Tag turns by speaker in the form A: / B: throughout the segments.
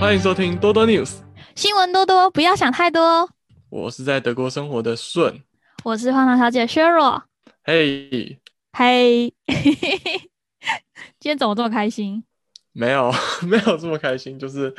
A: 欢迎收听多多 news，
B: 新闻多多，不要想太多。
A: 我是在德国生活的顺。
B: 我是荒唐小姐 Sheryl，
A: 嘿、
B: 嘿， 今天怎么这么开心？
A: 没有 没有这么开心，就是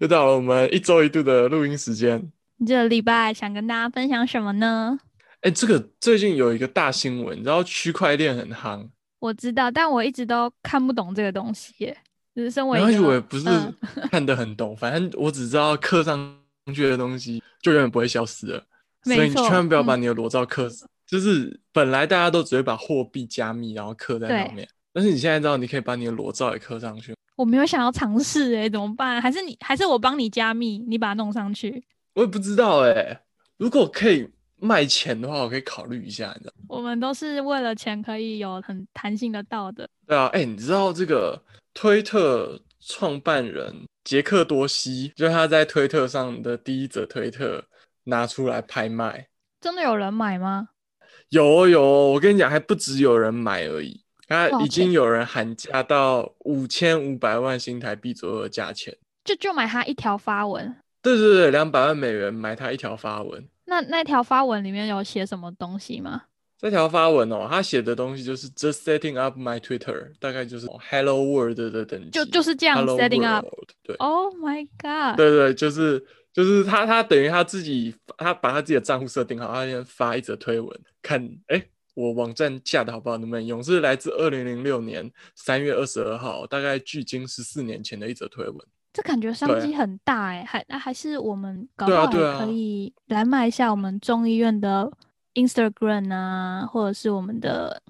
A: 又到了我们一周一度的录音时间。
B: 你这个礼拜想跟大家分享什么呢？
A: 哎，这个最近有一个大新闻，你知道区块链很夯，
B: 我知道，但我一直都看不懂这个东西耶，只是身为
A: 然后
B: 一
A: 我也
B: 个
A: 不是
B: 嗯
A: 看得很懂，反正我只知道刻上去的东西就永远不会消失了，所
B: 没
A: 以你
B: 错嗯
A: 千万不要把你的裸照刻死。就是本来大家都只会把货币加密，然后刻在上
B: 对
A: 面，但是你现在知道你可以把你的裸照也刻上去。
B: 我没有想要尝试哎，怎么办？还是你，还是我帮你加密，你把它弄上去。
A: 我也不知道哎、如果可以卖钱的话，我可以考虑一下，你知道？
B: 我们都是为了钱可以有很弹性的道德。
A: 对啊，哎、你知道这个推特创办人杰克多西，就是他在推特上的第一则推特拿出来拍卖，
B: 真的有人买吗？
A: 有哦有哦，我跟你讲，还不只有人买而已，他
B: 多少
A: 已经有人喊价到五千五百万新台币左右的价钱，
B: 就就买他一条发文，
A: 对对对，两百万美元买他一条发文。
B: 那那条发文里面有写什么东西吗？
A: 这条发文哦，他写的东西就是 just setting up my Twitter，大概就是哦 Hello World 的等级，
B: 就就是这样
A: Hello
B: setting up。
A: World，对
B: Oh my god！
A: 对对，就是就是他他等于他自己他把他自己的账户设定好，他先发一则推文，看哎我网站架的好不好，能不能用？是来自二零零六年三月二十二号，大概距今十四年前的一则推文。
B: 这感觉商
A: 对
B: 机很大哎、还那还是我们搞不
A: 对啊
B: 好
A: 对啊
B: 可以来卖一下我们中医院的 Instagram 啊，或者是我们的，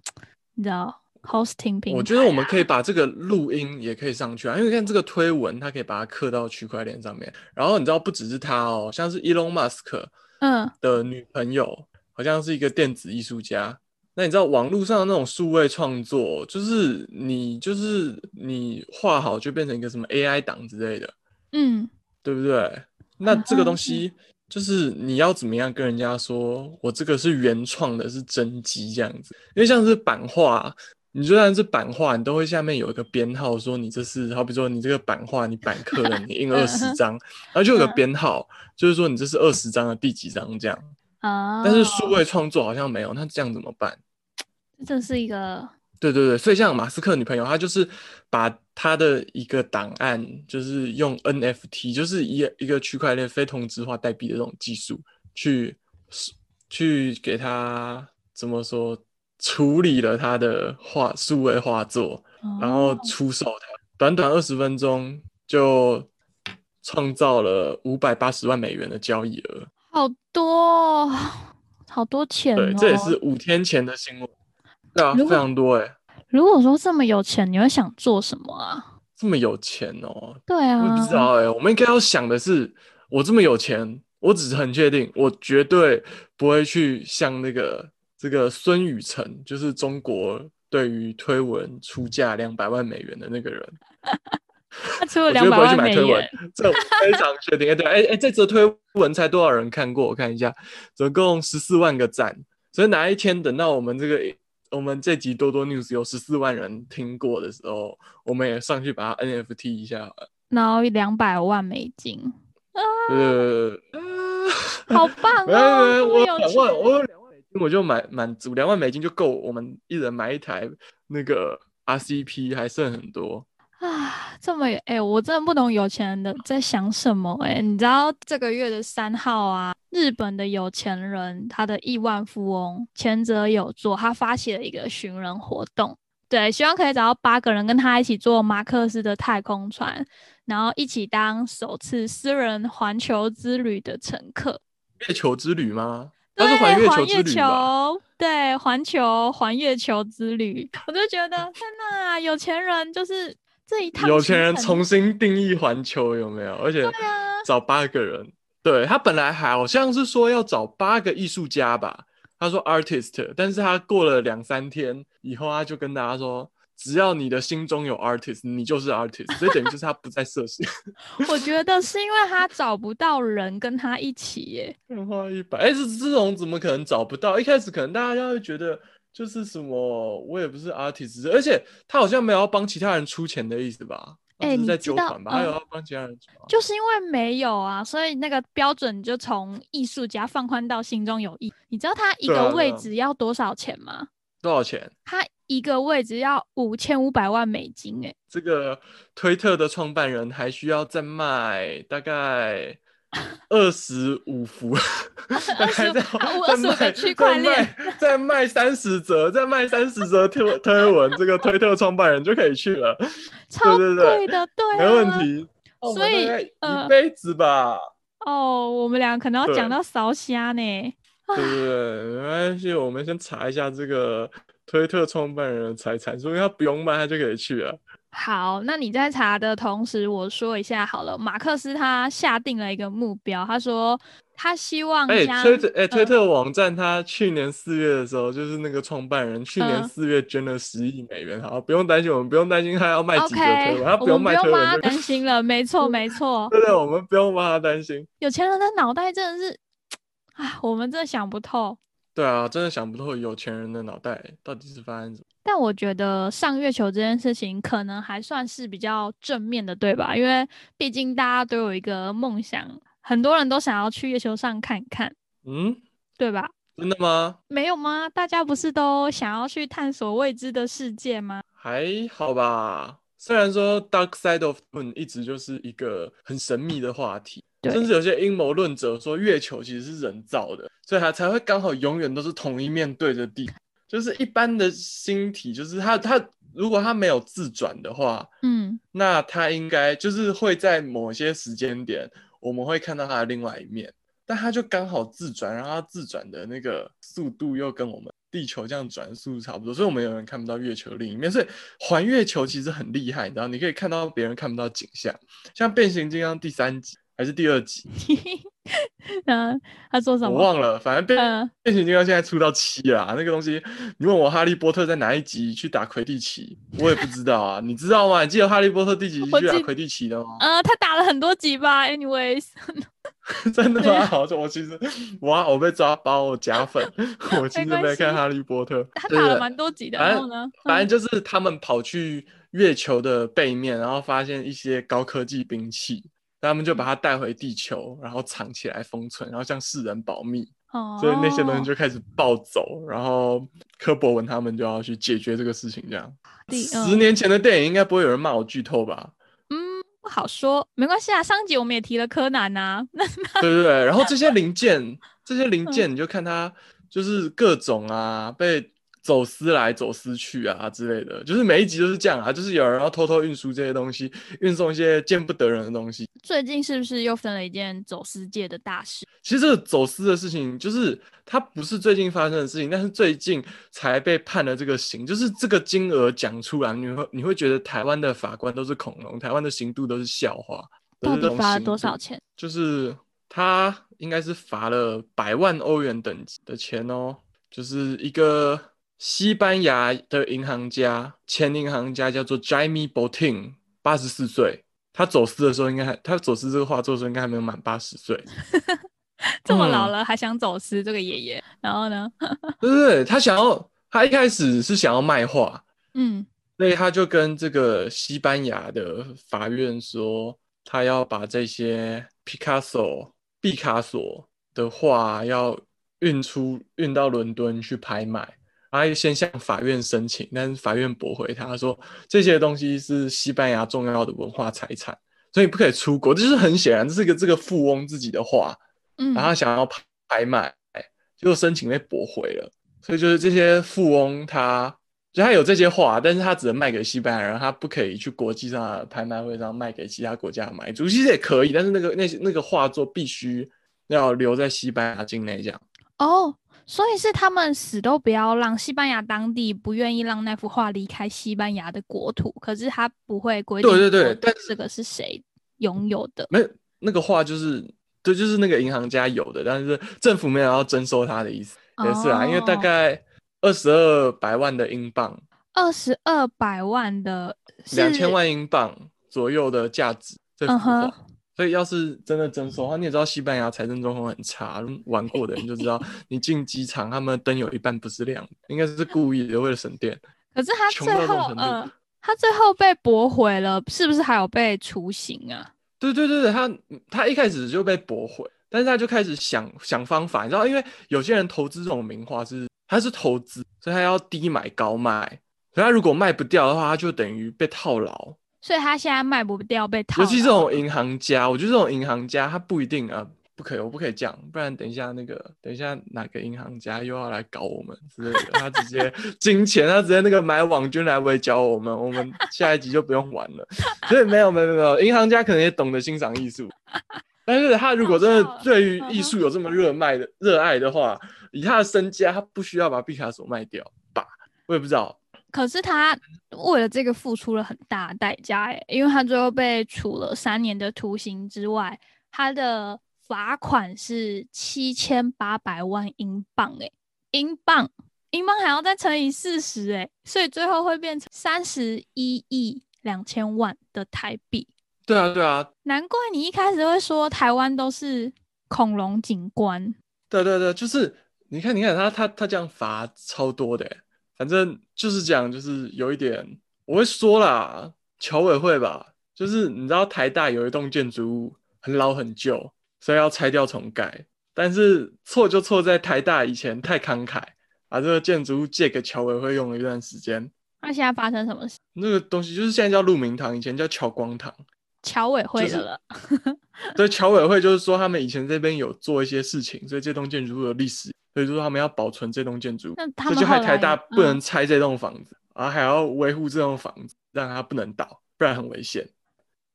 B: 你知道 hosting 平台啊、
A: 我觉得我们可以把这个录音也可以上去啊，因为看这个推文，它可以把它刻到区块链上面。然后你知道不只是他哦，像是 Elon Musk。
B: 嗯，
A: 的女朋友，好像是一个电子艺术家。那你知道网络上的那种数位创作，就是你就是你画好就变成一个什么 AI 档之类的，
B: 嗯
A: 对不对？那
B: 嗯哼
A: 这个东西就是你要怎么样跟人家说，我这个是原创的，是真机这样子。因为像是版画，你就算是版画，你都会下面有一个编号，说你这是好比说你这个版画你版刻了，你印
B: 嗯
A: 二十 张，然后就有个编号，就是说你这是二十张的第几张这样。
B: 啊，
A: 但是数位创作好像没有，那这样怎么办？
B: 这是一个
A: 对对对，所以像马斯克女朋友，她就是把她的一个档案，就是用 NFT，就是一一个区块链非同质化代币的这种技术，去去给他怎么说处理了他的画数位画作，然后
B: 哦
A: 出售它，短短二十分钟就创造了五百八十万美元的交易额，
B: 好多、哦、好多钱、哦，
A: 对，这也是五天前的新闻，对啊，非
B: 如果
A: 常多哎、
B: 如果说这么有钱，你会想做什么啊？
A: 这么有钱哦，
B: 对
A: 我
B: 啊，
A: 也不知道哎、我们应该要想的是，我这么有钱，我只是很确定，我绝对不会去像那个这个孙宇晨，就是中国对于推文出价两百万美元的那个人，
B: 他出了
A: 我绝
B: 哦两
A: 对
B: 百
A: 不会去
B: 万
A: 买
B: 美
A: 推文
B: 元，，
A: 这我非常确定。哎、对，哎、哎、这则推文才多少人看过？我看一下，总共十四万个赞，所以哪一天等到我们这个。我们这集多多 news 有十四万人听过的时候，我们也上去把它 NFT 一下好了哦
B: 然后两百万美 金，
A: 呃，
B: 好棒
A: 没有没
B: 哦！
A: 有，我有两
B: 这么有钱
A: 万，我有两万美金，我就满满足两万美金就够我们一人买一台那个 RCP，还剩很多。
B: 啊，这么有哎、我真的不懂有钱人的在想什么哎、你知道这个月的三号啊，日本的有钱人他的亿万富翁前泽有作，他发起了一个寻人活动，对，希望可以找到八个人跟他一起坐马克思的太空船，然后一起当首次私人环球之旅的乘客。
A: 月球之旅吗？它
B: 对，
A: 是环月球
B: 环
A: 之
B: 月
A: 旅吧？
B: 球，对，环球环月球之旅，我就觉得天哪，有钱人就是这一趟
A: 有
B: 行
A: 钱人
B: 程
A: 重新定义环球有没有？而且
B: 对啊，
A: 找八个人，对他本来好像是说要找八个艺术家吧，他说 artist，但是他过了两三天以后，他就跟大家说。只要你的心中有 artist，你就是 artist，所以等于就是他不再设限。
B: 我觉得是因为他找不到人跟他一起耶，
A: 更花一百，哎、这这种怎么可能找不到？一开始可能大家会觉得就是什么，我也不是 artist，而且他好像没有要帮其他人出钱的意思吧？他
B: 哎
A: 只是
B: 你
A: 在
B: 知
A: 纠
B: 道
A: 团吧，他
B: 嗯
A: 有要帮其他人纠团
B: 就是因为没有啊，所以那个标准就从艺术家放宽到心中有意。你知道他一
A: 对啊
B: 个
A: 对
B: 位
A: 啊
B: 置要多少钱吗？
A: 多少钱？
B: 他一个位置要五千五百万美金、欸，
A: 这个推特的创办人还需要再卖大概二十五 幅，大概再再
B: 25啊25
A: 卖
B: 个区块链，
A: 再卖再卖三十折，再卖三十折推推文，这个推特创办人就可以去了，
B: 超
A: 对对
B: 贵的，对
A: 没
B: 啊
A: 问题。哦那我
B: 所
A: 们
B: 以
A: 大概
B: 呃
A: 一辈子吧，
B: 哦，我们俩可能要讲
A: 对
B: 到烧虾呢。
A: 对不对？没关系，我们先查一下这个推特创办人的财产，说明他不用卖，他就可以去了。
B: 好，那你在查的同时，我说一下好了。马克思他下定了一个目标，他说他希望
A: 哎、
B: 将、
A: 推特哎、推
B: 呃
A: 特网站，它去年四月的时候，就是那个创办人去年
B: 嗯
A: 四月捐了十亿美元，好，不用担心，我们不用担心他要卖几折推
B: OK，
A: 文，他
B: 我
A: 用
B: 们不
A: 卖
B: 用
A: 推
B: 帮
A: 文
B: 他
A: 就可以，
B: 担心 了。没错，没错，
A: 对对，我们不用帮他担心。
B: 有钱人的脑袋真的是，啊，我们真的想不透。
A: 对啊，真的想不透有钱人的脑袋到底是发生什么。
B: 但我觉得上月球这件事情可能还算是比较正面的，对吧？因为毕竟大家都有一个梦想，很多人都想要去月球上看看，
A: 嗯，
B: 对吧？
A: 真的吗？
B: 没有吗？大家不是都想要去探索未知的世界吗？
A: 还好吧。虽然说 Dark Side of the Moon 一直就是一个很神秘的话题，
B: 对
A: 甚至有些阴谋论者说月球其实是人造的，所以它才会刚好永远都是同一面对着地。就是一般的星体，就是它它如果它没有自转的话，
B: 嗯，
A: 那它应该就是会在某些时间点，我们会看到它的另外一面。但它就刚好自转，然后它自转的那个速度又跟我们地球这样转速度差不多，所以我们永远看不到月球另一面。所以环月球其实很厉害，你知道，你可以看到别人看不到景象，像变形金刚第三集还是第二集，
B: 嗯，他说什
A: 我
B: 么？
A: 忘了，反正变、
B: 嗯
A: 变形金刚现在出到七了啊，那个东西，你问我哈利波特在哪一集去打魁地奇，我也不知道啊，你知道吗？你记得哈利波特第几集
B: 我
A: 去打
B: 记
A: 魁地奇的吗？
B: 呃，他打了很多集吧？Anyways，
A: 真的
B: 对啊
A: 吗？好，我其实哇，我被抓包，我假粉， 我其实
B: 没关
A: 没
B: 系
A: 看哈利波特，
B: 他
A: 对
B: 打了
A: 对
B: 蛮多集的。
A: 反
B: 然
A: 正
B: 后呢？
A: 反正就是他们跑去月球的背面，然后发现一些高科技兵器，他们就把它带回地球，然后藏起来封存，然后向世人保密，
B: 哦，
A: 所以那些东西就开始暴走，然后科博文他们就要去解决这个事情。这样，
B: 第
A: 十年前的电影应该不会有人骂我剧透吧？
B: 嗯，不好说，没关系啊。上集我们也提了柯南呐、那
A: 对对对，然后这些零件，这些
B: 嗯
A: 零件你就看它就是各种啊，被走私来走私去啊之类的，就是每一集都是这样啊，就是有人要偷偷运输这些东西，运送一些见不得人的东西。
B: 最近是不是又分了一件走私界的大事？
A: 其实这个走私的事情，就是它不是最近发生的事情，但是最近才被判了这个刑，就是这个金额讲出来，你会你会觉得台湾的法官都是恐龙，台湾的刑度都是笑话，都
B: 到
A: 是这
B: 底
A: 种
B: 罚了
A: 刑
B: 多
A: 度
B: 少钱？
A: 就是他应该是罚了百万欧元等级的钱哦，就是一个西班牙的银行家，前银行家叫做 Jaime Botin，八十四岁。他走私的时候应该还，他走私这个画作的时候应该还没有满八十岁，
B: 这么老
A: 嗯
B: 了还想走私，这个爷爷。然 后呢？
A: 对对对，他想要，他一开始是想要卖画，
B: 嗯，
A: 所以他就跟这个西班牙的法院说，他要把这些 Picasso 毕卡索的画要运出运到伦敦去拍卖。他先向法院申请，但是法院驳回他，他说这些东西是西班牙重要的文化财产，所以不可以出国。这就是很显然，这是个这个富翁自己的画，
B: 嗯，
A: 然后他想要拍卖，结果申请被驳回了。所以就是这些富翁他，就他有这些画，但是他只能卖给西班牙人，他不可以去国际上的拍卖会上卖给其他国家的买主。其实也可以，但是那个那些那个画作必须要留在西班牙境内这样。
B: 哦，所以是他们死都不要让西班牙当地不愿意让那幅画离开西班牙的国土，可是他不会规定
A: 对对对
B: 国土
A: 但
B: 这个是谁拥有的。
A: 没有那个画就是对，就是那个银行家有的，但是政府没有要征收他的意思，
B: 哦
A: 也是啊，因为大概二十二百万的英镑，
B: 二十二百万的是
A: 两千万英镑左右的价值这幅
B: 嗯
A: 画。
B: 哼
A: 所以要是真的征收的话，你也知道西班牙财政状况很差，玩过的人就知道，你进机场他们的灯有一半不是亮的，应该是故意的，为了省电。
B: 可是他
A: 穷
B: 最
A: 到这种
B: 后
A: 程度
B: 呃，他最后被驳回了，是不是还有被处刑啊？
A: 对对对对，他他一开始就被驳回，但是他就开始想想方法，你知道，因为有些人投资这种名画是他是投资，所以他要低买高卖，所以他如果卖不掉的话，他就等于被套牢。
B: 所以他现在卖不掉，被套
A: 尤
B: 牢。
A: 其这种银行家，我觉得这种银行家他不一定啊，不可以，我不可以讲，不然等一下那个，等一下哪个银行家又要来搞我们之类的，他直接金钱，他直接那个买网军来围剿我们，我们下一集就不用玩了。 所以没有没有没有，银行家可能也懂得欣赏艺术，但是他如果真
B: 好
A: 的
B: 笑
A: 对于艺术有这么热卖的热爱的话，以他的身价，他不需要把毕卡索卖掉吧？我也不知道。
B: 可是他为了这个付出了很大的代价，哎，因为他最后被处了三年的徒刑之外，他的罚款是七千八百万英镑，哎，英镑，英镑还要再乘以四十，哎，所以最后会变成三十一亿两千万的台币。
A: 对啊对啊
B: 难怪你一开始会说台湾都是恐龙警官，
A: 对对对，就是你看，你看他他他这样罚超多的欸，反正就是讲，就是有一点，我会说啦，侨委会吧，就是你知道台大有一栋建筑物很老很旧，所以要拆掉重盖，但是错就错在台大以前太慷慨，把这个建筑物借给侨委会用了一段时间，
B: 那现在发生什么事？
A: 那个东西就是现在叫鹿鸣堂，以前叫侨光堂。
B: 侨委会
A: 就是
B: 的了，
A: 对，侨委会就是说他们以前这边有做一些事情，所以这栋建筑物有历史，所以说他们要保存这栋建筑物。
B: 那他
A: 这
B: 们
A: 就害
B: 后
A: 台
B: 来
A: 大
B: 有
A: 不
B: 嗯
A: 能拆这栋房子，然后还要维护这栋房子，让它不能倒，不然很危险。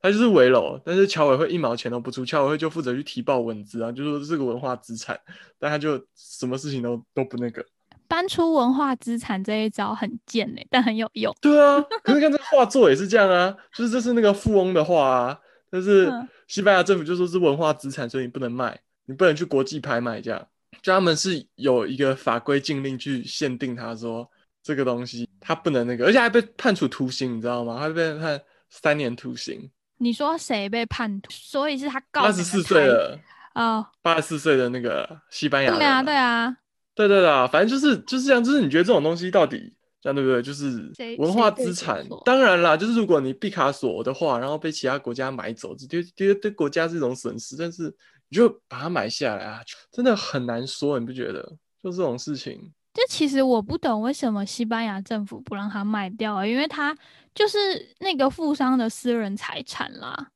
A: 它就是围楼，但是侨委会一毛钱都不出，侨委会就负责去提报文资啊，就说这是个文化资产，但他就什么事情都都不那个。
B: 搬出文化资产这一招很贱哎、但很有用。
A: 对啊，可是看这个画作也是这样啊， 就是这是那个富翁的画啊，但是
B: 嗯
A: 西班牙政府就说是文化资产，所以你不能卖，你不能去国际拍卖这样。就他们是有一个法规禁令去限定他说这个东西他不能那个，而且还被判处徒刑，你知道吗？他被判三年徒刑，
B: 你说谁被叛徒？所以是他告
A: 八
B: 哪
A: 十
B: 个
A: 四
B: 台
A: 岁了，
B: 哦，
A: 八十四岁的那个西班牙人、
B: 对啊，对啊，
A: 对对啦，反正就是就是这样，就是你觉得这种东西到底这样对不对？就是
B: 谁
A: 文化
B: 谁对
A: 资
B: 谁
A: 产
B: 错，
A: 当然啦，就是如果你毕卡索的画，然后被其他国家买走，这对对对国家是一种损失，但是你就把它买下来啊，真的很难说，你不觉得？就这种事情，
B: 这其实我不懂为什么西班牙政府不让他卖掉、欸，因为他就是那个富商的私人财产啦。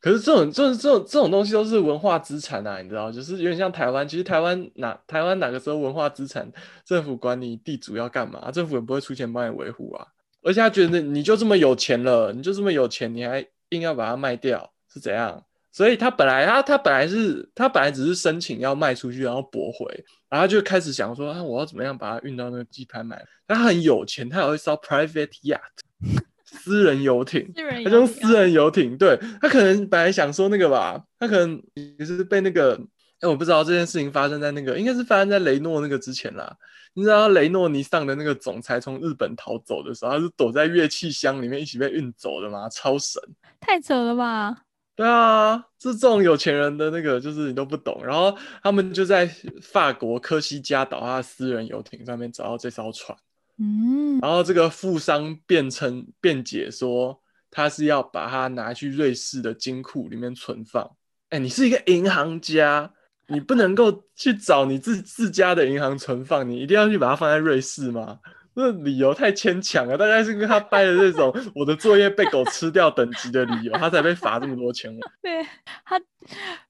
A: 可是这种这种这种这种东西都是文化资产啊，你知道，就是有点像台湾，其实台湾哪台湾哪个时候文化资产政府管你地主要干嘛，政府也不会出钱帮你维护啊。而且他觉得你就这么有钱了，你就这么有钱，你还硬要把它卖掉，是怎样？所以他本来他他本来是他本来只是申请要卖出去，然后驳回，然后他就开始想说啊，我要怎么样把它运到那个地盘买？他很有钱，他有一艘 private yacht 私人游艇，
B: 私人
A: 他就
B: 有
A: 用私人游艇，对他可能本来想说那个吧，他可能也是被那个，哎、我不知道这件事情发生在那个，应该是发生在雷诺那个之前啦。你知道雷诺尼上的那个总裁从日本逃走的时候，他是躲在乐器箱里面一起被运走的吗？超神！
B: 太扯了吧？
A: 对啊，这这种有钱人的那个就是你都不懂，然后他们就在法国科西嘉岛他的私人游艇上面找到这艘船。
B: 嗯，
A: 然后这个富商辩称辩解说，他是要把它拿去瑞士的金库里面存放。哎，你是一个银行家，你不能够去找你自自家的银行存放，你一定要去把它放在瑞士吗？这理由太牵强了，大概是因为他掰了这种我的作业被狗吃掉等级的理由，他才被罚这么多钱。
B: 对他，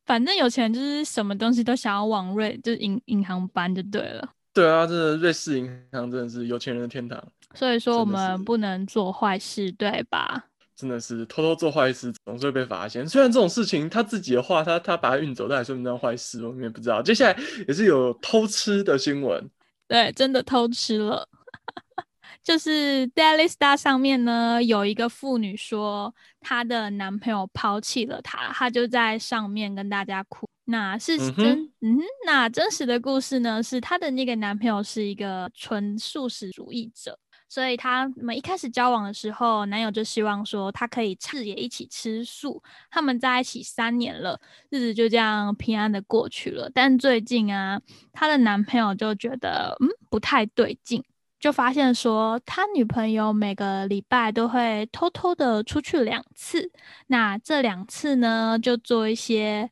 B: 反正有钱人就是什么东西都想要往瑞，就是银银行搬就对了。
A: 对啊，真的，瑞士银行真的是有钱人的天堂，
B: 所以说我
A: 真的
B: 们
A: 是
B: 不能做坏事，对吧？
A: 真的是偷偷做坏事总是会被发现。虽然这种事情他自己的话，他他把它运走，但还算不算坏事，我们也不知道。接下来也是有偷吃的新闻，
B: 对，真的偷吃了。 就是 Daily Star 上面呢，有一个妇女说她的男朋友抛弃了她，她就在上面跟大家哭。那是
A: 嗯哼
B: 真嗯哼那真实的故事呢，是她的那个男朋友是一个纯素食主义者，所以他们一开始交往的时候，男友就希望说他可以吃也一起吃素。他们在一起三年了，日子就这样平安的过去了。但最近啊，她的男朋友就觉得嗯不太对劲，就发现说他女朋友每个礼拜都会偷偷的出去两次，那这两次呢就做一些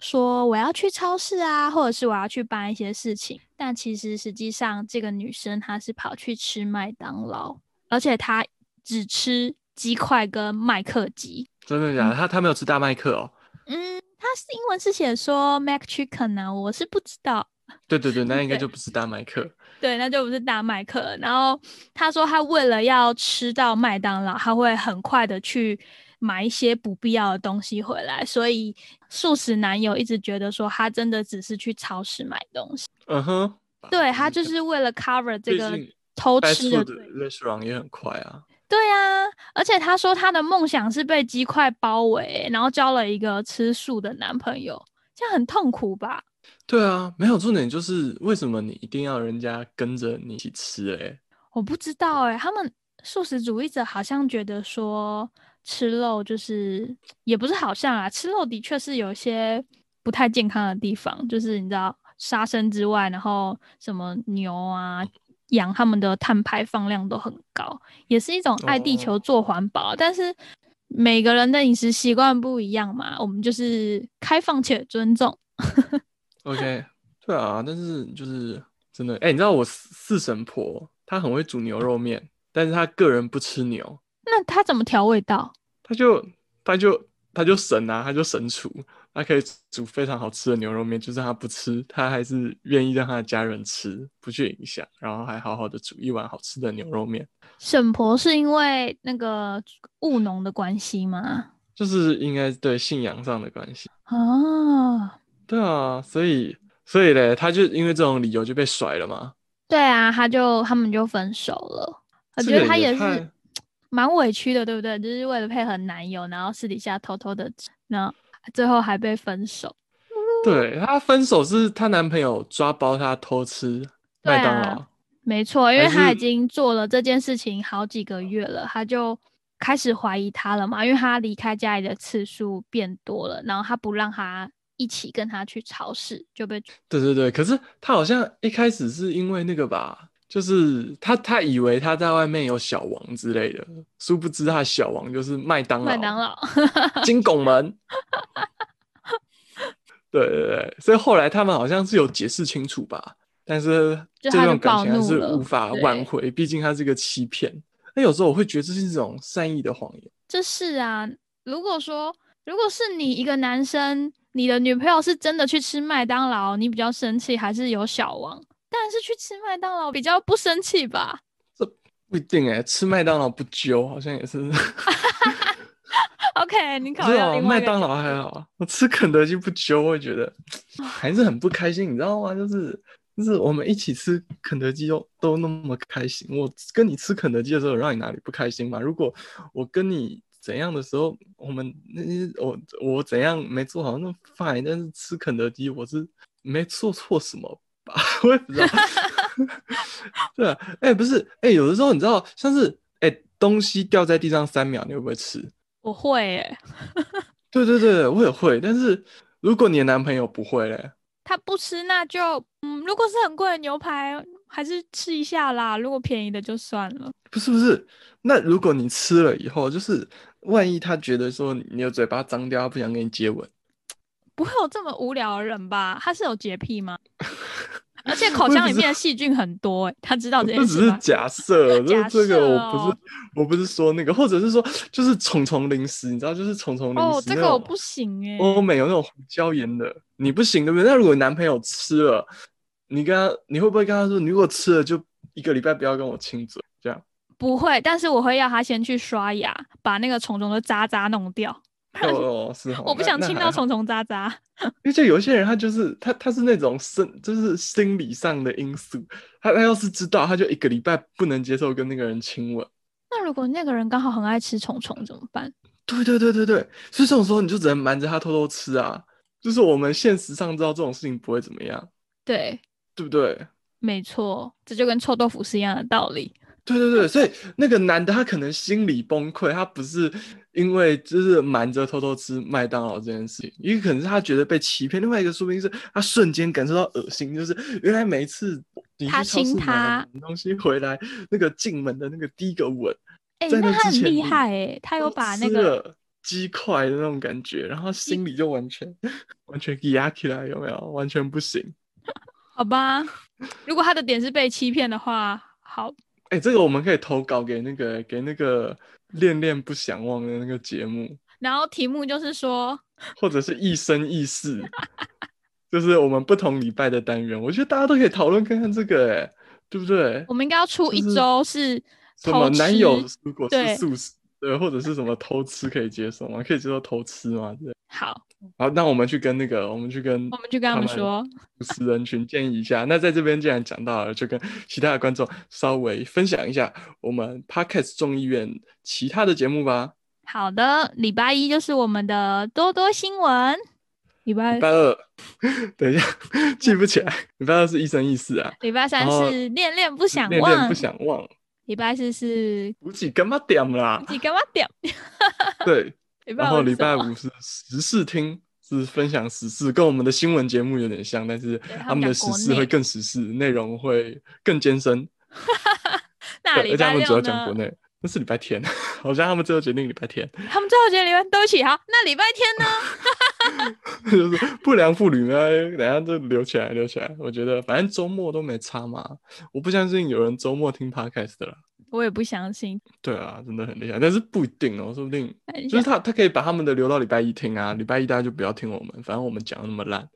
B: 说我要去超市啊，或者是我要去办一些事情，但其实实际上这个女生她是跑去吃麦当劳，而且她只吃鸡块跟麦克鸡。
A: 真的假的？他他没有吃大麦克哦。
B: 嗯，它是英文是写说 mac chicken 啊，我是不知道。
A: 对对对，那应该就不是大麦克。
B: 对，那就不是大麦克了。然后他说，他为了要吃到麦当劳，他会很快的去买一些不必要的东西回来。所以素食男友一直觉得说，他真的只是去超市买东西。
A: 嗯哼，
B: 对他
A: 嗯
B: 就是为了 cover 这
A: 毕
B: 个
A: 竟
B: 偷
A: fast
B: 吃的
A: food
B: 罪。
A: restaurant 也很快啊。
B: 对啊，而且他说他的梦想是被鸡块包围，然后交了一个吃素的男朋友，这样很痛苦吧？
A: 对啊，没有重点就是为什么你一定要人家跟着你一起吃、欸？哎，
B: 我不知道哎、他们素食主义者好像觉得说吃肉就是也不是好像啊，吃肉的确是有一些不太健康的地方，就是你知道杀生之外，然后什么牛啊、羊他们的碳排放量都很高，也是一种爱地球做环保，但是。每个人的饮食习惯不一样嘛，我们就是开放且尊重。
A: OK，对 啊，但是就是真的，哎、你知道我四四神婆她很会煮牛肉面，但是她个人不吃牛，
B: 那他怎么调味道？
A: 她就她就她就神啊，她就神厨，她可以煮非常好吃的牛肉面，就算她不吃，她还是愿意让她的家人吃，不去影响，然后还好好的煮一碗好吃的牛肉面，
B: 沈婆是因为那个务农的关系吗？
A: 就是应该对信仰上的关系。
B: 哦，
A: 对啊，所以所以嘞，她就因为这种理由就被甩了嘛。
B: 对啊，他就他们就分手了。我
A: 这
B: 觉得
A: 个
B: 他
A: 也
B: 也是
A: 太
B: 蛮委屈的，对不对？就是为了配合男友，然后私底下偷偷的，那最后还被分手。
A: 对她分手是她男朋友抓包她偷吃
B: 对啊
A: 麦当劳，
B: 没错，因
A: 还
B: 为他已
A: 是
B: 经做了这件事情好几个月了，他就开始怀疑他了嘛，因为他离开家里的次数变多了，然后他不让他一起跟他去超市，就被
A: 对对对。可是她好像一开始是因为那个吧，就是她她以为她在外面有小王之类的，殊不知她的小王就是麦当劳，
B: 麦当劳。
A: 金拱门。对对对，所以后来他们好像是有解释清楚吧，但是
B: 就
A: 这
B: 她就
A: 段感
B: 暴
A: 情还
B: 怒
A: 是
B: 了
A: 无法
B: 对
A: 挽回，毕竟它是一个欺骗。那有时候我会觉得这是一种善意的谎言。
B: 这是啊，如果说如果是你一个男生，你的女朋友是真的去吃麦当劳，你比较生气，还是有小王？但是去吃麦当劳比较不生气吧？
A: 不一定哎、吃麦当劳不揪，好像也是。
B: OK，你考
A: 是
B: 虑到
A: 哦，
B: 另外
A: 麦
B: 一个
A: 当
B: 角
A: 劳还
B: 度
A: 好啊，我吃肯德基不揪，我会觉 得还是很不开心，你知道吗？就是就是我们一起吃肯德基都都那么开心，我跟你吃肯德基的时候，有让你哪里不开心吗？如果我跟你怎样的时候，我们那些我我怎样没做好，那 fine，但是吃肯德基我是没做错什么吧， 我也不知道。对啊，哎、不是，哎、有的时候你知道，像是哎、东西掉在地上三秒，你会不会吃？
B: 我会耶，
A: 对对对，我也会。但是如果你的男朋友不会嘞，
B: 他不吃那就嗯，如果是很贵的牛排，还是吃一下啦。如果便宜的就算了。
A: 不是不是，那如果你吃了以后，就是万一他觉得说你的嘴巴脏掉，他不想跟你接吻，
B: 不会有这么无聊的人吧？他是有洁癖吗？而且口
A: 我也
B: 腔
A: 不
B: 里
A: 知
B: 面的细菌很多、欸，他知道这
A: 这
B: 件
A: 只
B: 事
A: 是
B: 吗？
A: 假 设，这
B: 假
A: 这
B: 设
A: 个我不
B: 哦
A: 是我不是说那个，或者是说就是虫虫零食，你知道，就是虫虫零
B: 哦，
A: 食啊
B: 这
A: 那
B: 个我
A: 种
B: 不行哎、
A: 欧美有那种胡椒盐的，你不行对不对？那如果男朋友吃了，你跟他你会不会跟他说，你如果吃了就一个礼拜不要跟我亲嘴，这样？
B: 不会，但是我会要他先去刷牙，把那个虫虫的渣渣弄掉。
A: 哦，是哦，
B: 我不
A: 那
B: 想
A: 那
B: 听
A: 还
B: 到
A: 好
B: 虫虫渣渣。
A: 因为就有一些人，他就是他，他是那种生，就是心理上的因素。他他要是知道，他就一个礼拜不能接受跟那个人亲吻。
B: 那如果那个人刚好很爱吃虫虫怎么办？
A: 对对对对对，所以这种时候你就只能瞒着他偷偷吃啊。就是我们现实上知道这种事情不会怎么样，
B: 对，
A: 对不对？
B: 没错，这就跟臭豆腐是一样的道理。
A: 对对对，所以那个男的他可能心理崩溃，他不是因为就是瞒着偷偷吃麦当劳这件事情，一个可能是他觉得被欺骗，另外一个说不定是他瞬间感受到恶心，就是原来每一次你去
B: 他
A: 超
B: 亲
A: 市买
B: 他
A: 了什么东西回来，那个进门的那个第一个吻，
B: 哎、
A: 在
B: 那
A: 那
B: 他
A: 之
B: 很
A: 前
B: 厉
A: 你
B: 害哎、他有
A: 都
B: 把那
A: 吃
B: 个
A: 了鸡块的那种感觉，然后心里就完全完全压起来，有没有？完全不行。
B: 好吧？ 如果他的点是被欺骗的话，好，
A: 哎、这个我们可以投稿给那个给那个恋恋不想忘的那个节目。
B: 然后题目就是说，
A: 或者是一生一世，就是我们不同礼拜的单元，我觉得大家都可以讨论看看这个、欸，对不对
B: 我？们应该要出
A: 就
B: 一
A: 是
B: 周是
A: 什么
B: 偷
A: 男
B: 吃
A: 友如果
B: 对
A: 是素食，对，或者是什么偷吃可以接受吗？可以接受偷吃吗？对。
B: 好，
A: 好，那我们去跟那个，我们去跟
B: 我们去跟他们说，
A: 主持人群建议一下。那在这边既然讲到了，就跟其他的观众稍微分享一下我们 Podcast 众议院其他的节目吧。
B: 好的，礼拜一就是我们的多多新闻，礼拜
A: 礼拜二， 等一下记不起来，礼拜二是一生一世啊。
B: 礼拜三
A: 然后
B: 是恋恋不想
A: 恋恋
B: 忘
A: 不，想忘，
B: 礼拜四是
A: 五几干嘛点
B: ？
A: 啦
B: 几干嘛点，
A: 对，
B: 礼拜
A: 然后
B: 是
A: 礼
B: 什
A: 拜
B: 么
A: 五是时事听，是分享时事，跟我们的新闻节目有点像，但是
B: 对他
A: 他
B: 们
A: 们的
B: 讲
A: 时
B: 国
A: 事会
B: 内
A: 更时事，内容会更艰深。
B: 那
A: 对，
B: 礼
A: 而且他
B: 拜
A: 们主
B: 六
A: 要讲国
B: 呢？
A: 内，那是礼拜天， 好像他们最后决定礼拜天，
B: 他们最后决定礼拜对不起，好，那礼拜天呢？
A: 就是不良妇女呢，等下就留起来，留起来。我觉得反正周末都没差嘛，我不相信有人周末听 podcast 的啦。
B: 我也不相信，
A: 对啊，真的很厉害，但是不一定哦，说不定
B: 哎
A: 就是他，他可以把他们的留到礼拜一听啊，礼拜一大家就不要听我们，反正我们讲的那么烂。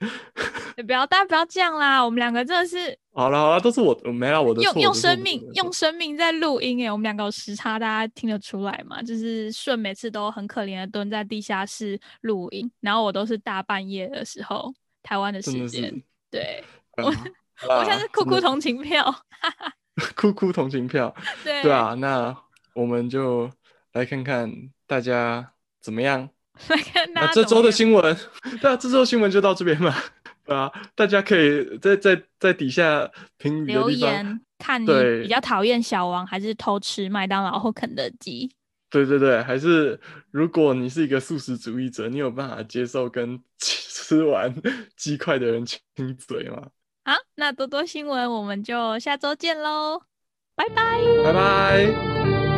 B: 也不要大家不要这样啦，我们两个真的是
A: 好了好了，都是我我没了我的错，
B: 用用
A: 都是我
B: 生
A: 的
B: 命
A: 错
B: 用生命在录音欸诶，我们两个有时差，大家听得出来吗？就是顺每次都很可怜的蹲在地下室录音，然后我都是大半夜的时候，台湾的
A: 真的
B: 时
A: 是
B: 间，，对
A: 啊
B: 我
A: 好
B: 我
A: 啦
B: 像是酷酷
A: 真的
B: 同情票，
A: 酷酷同情票，
B: 对
A: 对，啊，那我们就来看看大家怎么样。
B: 来看大
A: 那
B: 家
A: 这
B: 怎
A: 周
B: 么
A: 的
B: 样
A: 新闻， 对啊，这周新闻就到这边吧。对啊，大家可以在在在底下评语的
B: 留
A: 地方，
B: 言，看你
A: 对
B: 比较讨厌小王还是偷吃麦当劳或肯德基？
A: 对对对，还是如果你是一个素食主义者，你有办法接受跟 吃完鸡块的人亲嘴吗？
B: 好，那多多新闻我们就下周见喽，拜拜。
A: 拜拜。